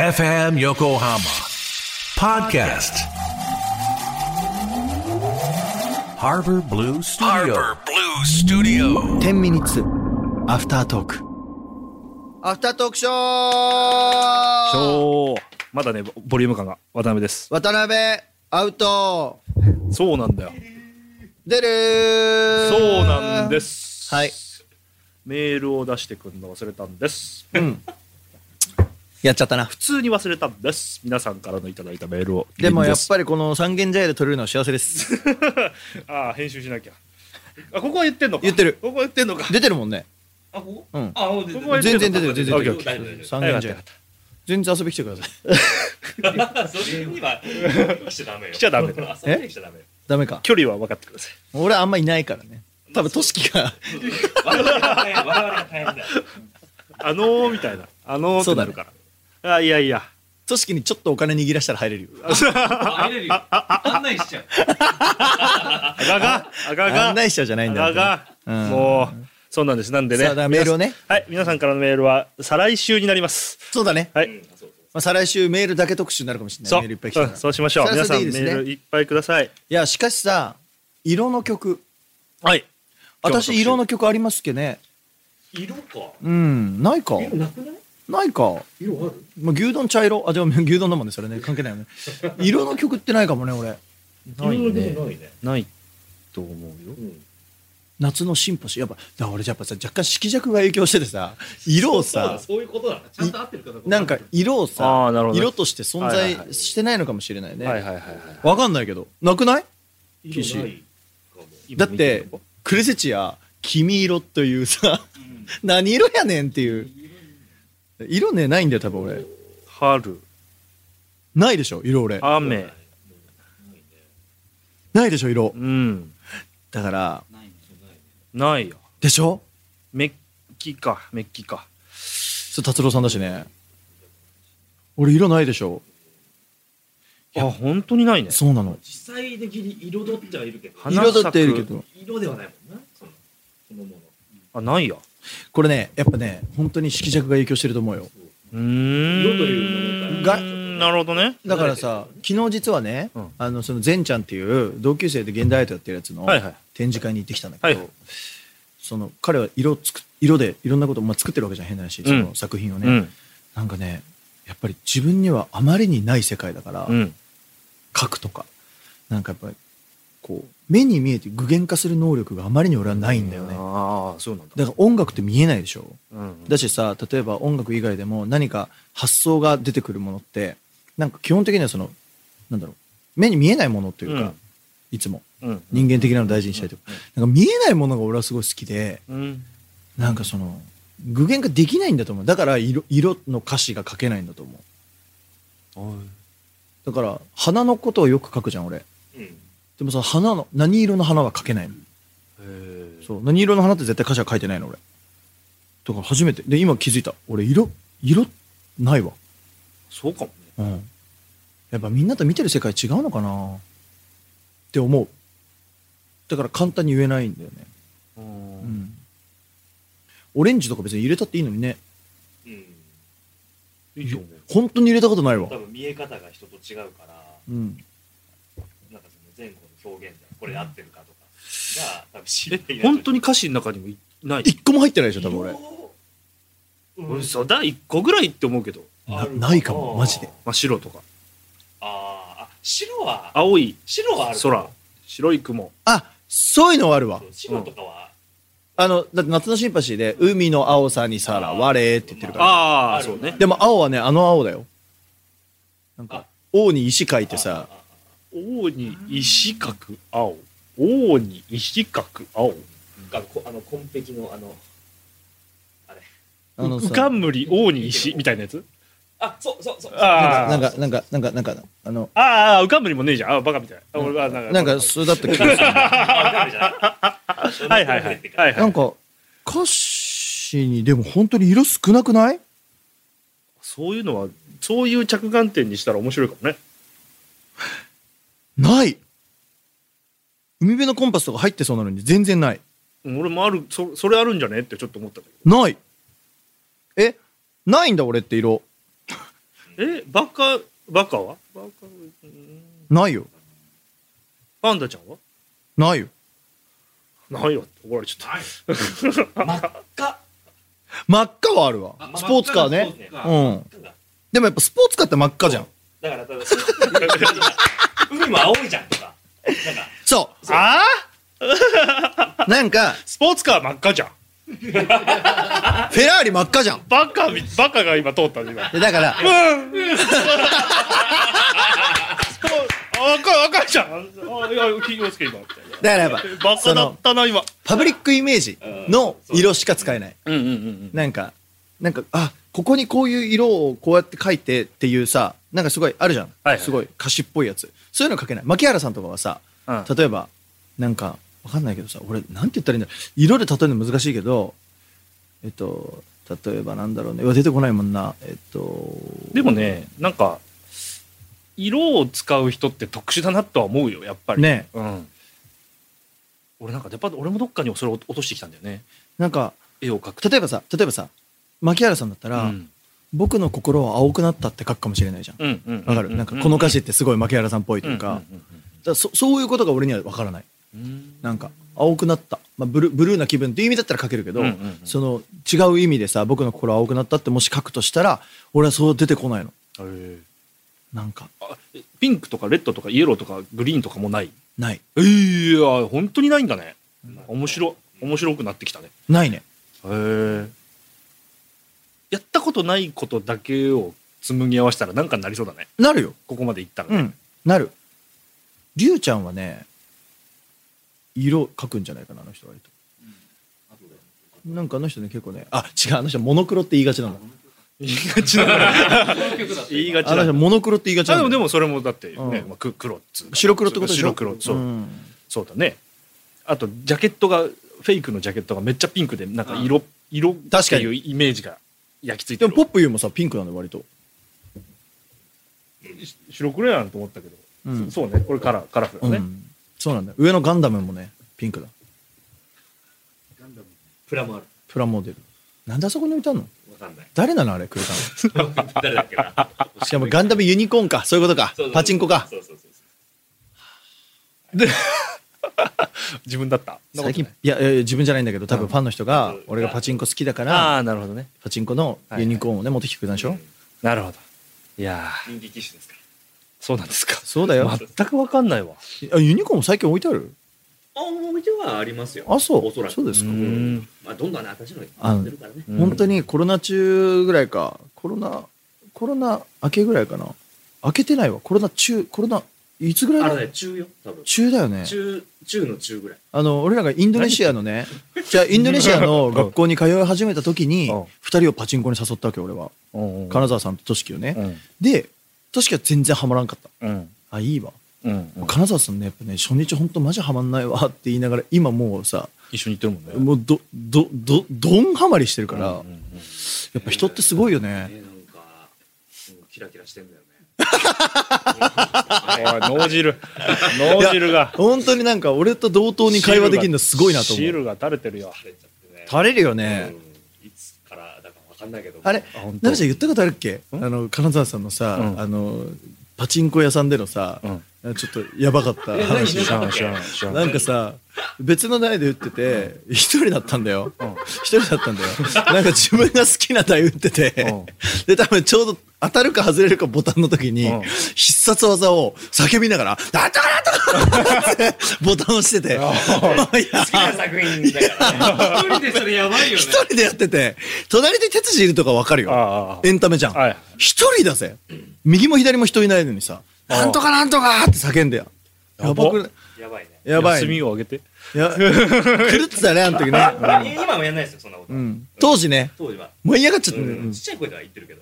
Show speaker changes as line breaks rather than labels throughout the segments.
FM Yokohama Podcast Harbor Blue Studio
Harbor Blue Studio.
10ミニッツアフタートーク
アフタートークショー
おーまだねボボリューム感が渡辺です
渡辺アウト
そうなんだよ
出る
そうなんです
はい
メールを出してくるの忘れたんです
やっちゃったな
普通に忘れたんです皆さんからのいただいたメールを
でもやっ
り
ぱりこの三軒茶屋で撮れるのは幸せです
ああ編集しなきゃあここは言ってんのか
言ってる
ここは言ってんのか
出てるもんね
あ、こ
うん
あ、もう
ここは
全然出てる全然
オッケ
出
ーオッケ
て
大丈夫
る
大
三
はい
軒
わ
茶
かっ
屋全然遊び来てください
あ それには、来ちゃダメよ。
来ちゃダメだよ
あそれには来ちゃダメよ。
ダメか
距離は分かってください
俺あんまいないからね多分トシキが
我々が大変、我々が大変だよ。
あのーみたいなあのーってなるから、あいやいや
トシキにちょっとお金握らしたら入れるよ
入れるよ。案内しちゃう。
あががあがが
案内者じゃないんだ
あ
よ本
が
当に
が
うん
もうそうなんですなんでね
さあだからメールをね
皆さんはい皆さんからのメールは再来週になります
そうだね、
はい、
まあ、再来週メールだけ特集になるかもしれない
そう、
メールいっぱい来た
うん
ら
そうしましょう。
それ
皆
はそ
さ
れ
ん
で
メ
いいですね
ールいっぱいください。
いやしかしさ色の曲
はい。
私色の曲ありますっけね
色か。
うんないか
色なくない
ないか
色ある
まあ、牛丼茶色あでも牛丼だもんねそれね関係ないよね色の曲ってないかもね俺
ない
色で
ね。
もないね。
ないと思うよ。
夏の進歩しやっぱだから俺やっぱさ若干色弱が影響しててさ色を
そうだ
さ
そういうことだ。ちゃんと合ってるかどう
なんか色を
あ
さ
ーなるほど
色として存
はいはいは
在
い
してないのかもしれないね、
はいはいはいは
わかんないけどなくない
色ないかも。
い。
だってクレセチア君色というさ何色やねんっていう色ねないんだよ多分俺
春、
ないでしょ色俺
雨、
ないでしょ色
うん、
だから
ないよ。
でしょ
メッキか、メッキか。
そう達郎さんだしね俺色ないでしょ
あ、本当にないね。
そうなの
実際的に彩っちゃいるけど、
花咲
彩
く
っているけど
色ではないもんな。そのそのも
あ、
の。
ないや。
これねやっぱね本当に色弱が影響してると思うよ
うーん。
色というもの
が
うーんなるほどね。
だからさ昨日実はね、
うん
あのその善ちゃんっていう同級生で現代アートやってるやつの
はいはい
展示会に行ってきたんだけど、
はい。
その彼は色つく色でいろんなこと、まあ、作ってるわけじゃん変な話、
うん
その作品をね、
うん。
なんかねやっぱり自分にはあまりにない世界だから、
うん。
書くとかなんかやっぱりこう目に見えて具現化する能力があまりに俺はないんだよね
ああ、そうなんだ。
だから音楽って見えないでしょ
うん。
だしさ例えば音楽以外でも何か発想が出てくるものってなんか基本的にはそのなんだろう目に見えないものというか、
うん
いつも
うん。
人間的なのを大事にしたいとか,、なんか見えないものが俺はすごい好きで
うん。
なんかその具現化できないんだと思うだから色色の歌詞が書けないんだと思うだから花のことをよく書くじゃん俺
うん。
でもさ花の何色の花は書けないの
へえ。
そう何色の花って絶対歌詞は書いてないの俺だから初めてで今気づいた俺色色ないわ
そうかもね。
うん、やっぱみんなと見てる世界違うのかなって思うだから簡単に言えないんだよね、
う。
うんん、オレンジとか別に入れたっていいのにね
うん。
いいと思う。
本当に入れたことないわ
多、分見え方が人と違うから。
うん、
なんかその前後の表現でこれで合ってるかとかが多分知り合い
え、
になっ
本当に歌詞の中にもいない。
一個も入ってないでしょ多分俺
うん
嘘だ1個ぐらいって思うけど
ある
なないかもマジで
真っ白とか
あーあ白は
青い
白はあるかも
空白い雲
あそういうのはあるわ
そう白とかは
あのだって夏のシンパシーで「海の青さにさらわれ」って言ってるから
ああ
ある
そうね
でも青はねあの青だよなん
あ
か王に石書いてさ
あ
王に石角青王に石角青
ああこあの紺碧のあの
あの
う
さ
かんむり王に石みたいなやつ
あそうそうそう
あ
なんかなんかなんかなんかあの
ああうかんむりもねえじゃんあバカみたいあ俺はなんか
なんかそれだった気がする
はいはいはいはい
な
は
ん
い
か歌詞にでも本当に色少なくない
そういうのはそういう着眼点にしたら面白いかもね
ない海辺のコンパスとか入ってそうなのに全然ない
うん俺もあるそそれあるんじゃねってちょっと思ったんだけど
ないえないんだ俺って色
え、バカ、バカはバカ、うん
ないよ
パンダちゃんは
ないよ
ないよって怒られちゃっ
真っ赤
真っ赤はあるわ
あ
スポーツカーね
真っ赤なスポーツカ
うん
真っ赤が
でもやっぱスポーツカーって真っ赤じゃん
だから多分 海も青いじゃんとかなんか
そう
た。あ
なんか
ースポーツカー真っ赤じゃん。
フェラーリ真っ赤じゃん
バカみ、バカが今通ったんで今。
でだから
スポ あ赤い赤いじゃん。あ、いや、気をつけ今みたいな。
だからやっぱ
バカ
そ
だ
の
ったな今。
パブリックイメージの色しか使えない
うんうんうん。
なんかなんかあここにこういう色をこうやって描いてっていうさなんかすごいあるじゃん、
はいはい
すごい歌詞っぽいやつそういうの描けない牧原さんとかはさ、
うん
例えばなんかわかんないけどさ俺なんて言ったらいいんだろう色で例えるの難しいけどえっと例えばなんだろうねうわ出てこないもんなえっと
でもね、なんか色を使う人って特殊だなとは思うよやっぱり。
ね。
うん。俺なんかデパート俺もどっかにそれを落としてきたんだよね。
なんか
絵を描くと。
例えばさ例えばさ牧原さんだった
う
ら、
ん
僕の心は青くなったって書くかもしれないじゃん
うんうん。
わかる、なんかこの歌
詞
詞ってすごい牧原さんっぽいというか,、だからそそういうことが俺にはわからないなんか青くなった、まあ、ブルブルーな気分っていう意味だったら書けるけど、
うんうんうん
その違う意味でさ僕の心青くなったってもし書くとしたら俺はそう出てこないのなんか
あえピンクとかレッドとかイエローとかグリーンとかもない
ない
ええいや本当にないんだね
ん
面白面白くなってきたね
ないね
へえやったことないことだけを紡ぎ合わせたらなんかなりそうだね
なるよ
ここまでいったら
う
ね、
んなるりゅうちゃんはね色書くんじゃないかなあの人割となんかあの人ね結構ねあ違うあの人モノクロって言いがちなんだ
言いがちだな言いがち
あ
だ
の人
な
モノクロって言いがち
あ
な
で
んだ
もで
よ
もそれもだってね、
うん
まあ、く黒っつうか
白黒ってことでしょ
白黒そう、
ん
そうだねあとジャケットがフェイクのジャケットがめっちゃピンクでなんか色、色
確かに
っていうイメージが焼き付いて
で
る
もポップユーもさピンクなんだよ割と
白黒やんと思ったけど、
うん
そうねこれカラーカラフルだね、
うん、そうなんだよ上のガンダムもねピンクだ
プラもある
プラモデルなんであそこに置いてあんの
わかんない
誰なのあれくれた
誰だっけな
のしかもガンダムユニコーンかそういうことか
そうそうそ う
パチンコか
そうそうそうそう
自分だった
最近いやいやいや自分じゃないんだけど多
う
分
ん
ファンの人が
うん
俺がパチンコ好きだから
ああーなるほどね
パチンコのユニコーンをね持ってきてくれたんでしょ、
なるほどいやー
人気機種ですから
そうなんですか
そうだよ、
全くわかんないわ
あユニコーンも最近置いてある
あ、思い出はありますよ。
あそう
おそらく。
そうですか
う
うんん。まあ、どんどんね私の
あの
やってるからね。
うん
本当にコロナ中ぐらいかコロナコロナ明けぐらいかな明けてないわコロナ中コロナいつぐら
あ
いだ
のね、中よ、多分。
中だよね
中、中の中ぐらい。
あの俺らがインドネシアのねじゃあインドネシアの学校に通い始めた時に
うん
二人をパチンコに誘ったわけ俺は
うんうん
金沢さんとトシキをね、
うん
でトシキは全然ハマらんかった
うん
あいいわ、
うん
金沢さんねやっぱね初日ほんとマジハマんないわ って言いながら今もうさ
一緒に行ってるもんね
もうどどどどんハマりしてるから、
うんうんうん
やっぱ人ってすごいよね、
ね、なんか、うんキラキラしてんだよね。
おい 脳汁脳汁が
本当になんか俺と同等に会話できるのすごいなと思う
汁が垂れてるよ
垂れちゃってね
垂れるよね、
うんいつからだかわかんないけど
あれ
あ本当
奈々ちゃん言ったことあるっけあ
ん
の金沢さんのさ、
うん
あのパチンコ屋さんでのさ、ちょっとやばかった話
知らない知らない知らない
なんかさ別の台で打ってて一人だったんだよ
うん
一人だったんだよなんか自分が好きな台打ってて
うん
で多分ちょうど当たるか外れるかボタンの時に
うん
必殺技を叫びながら「なんとかなんとか!」ってボタン押してていや
作品だからね
一人でそれやばいよね
一。人でやってて隣で哲司いるとか分かるよ
ああ
エンタメじゃん。一、
はい
人だぜ。右も左も人いないのにさ、
ああ
なんとかなんとかって叫んでよ。
や
や
ば
ばくない
やばいね
やばい
休み
ね。
をあげて
や狂ってたね、あの時ね。
いや今もやんないですよそんなこと
う
は
ん、当時ね、
当時は
舞い上がっちゃっ
う
たね。うんん
ちっちゃい声では言ってるけど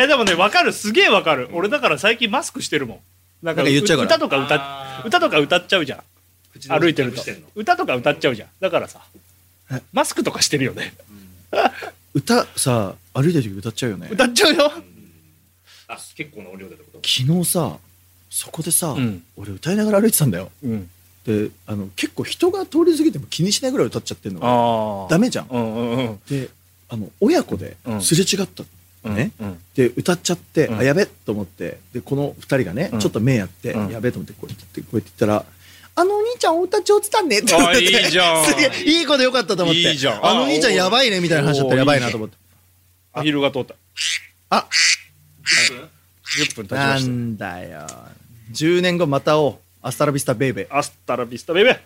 えでもねわかるすげえわかる俺だから最近マスクしてるもんなん
なんか言っちゃうから
歌とか歌っ歌とか歌っちゃうじゃん歩いてると
口の中隠してんの
歌とか歌っちゃうじゃんだからさマスクとかしてるよね
歌さ、歩いてる時歌っちゃうよね。
歌っちゃうよ
あ結構な音量でってこと
昨日さ、そこでさ、
うん
俺歌いながら歩いてたんだよ。
うん
で、あの結構人が通り過ぎても気にしないぐらい歌っちゃってんのが
ああ
ダメじゃん。
うんうんうん
で、あの親子で
うん
すれ違った
うん
ね
うん
で歌っちゃって、
うん
あやべと思ってでこの二人がね、
うん
ちょっと目やって、
うん
やべと思ってこうやってこうやって言ったら「あのお兄ちゃんお歌上手だね」って思って
あいいじゃ ん
すげえいい子でよかったと思って
いいじゃん
あのお兄ちゃんやばいね」みたいな話だったらやばいなと思って
アヒルが通った
あ
10分経ちま
な
した
んだよ10年後また会おうアスタラビスタベイベー
アスタラビスタベイベー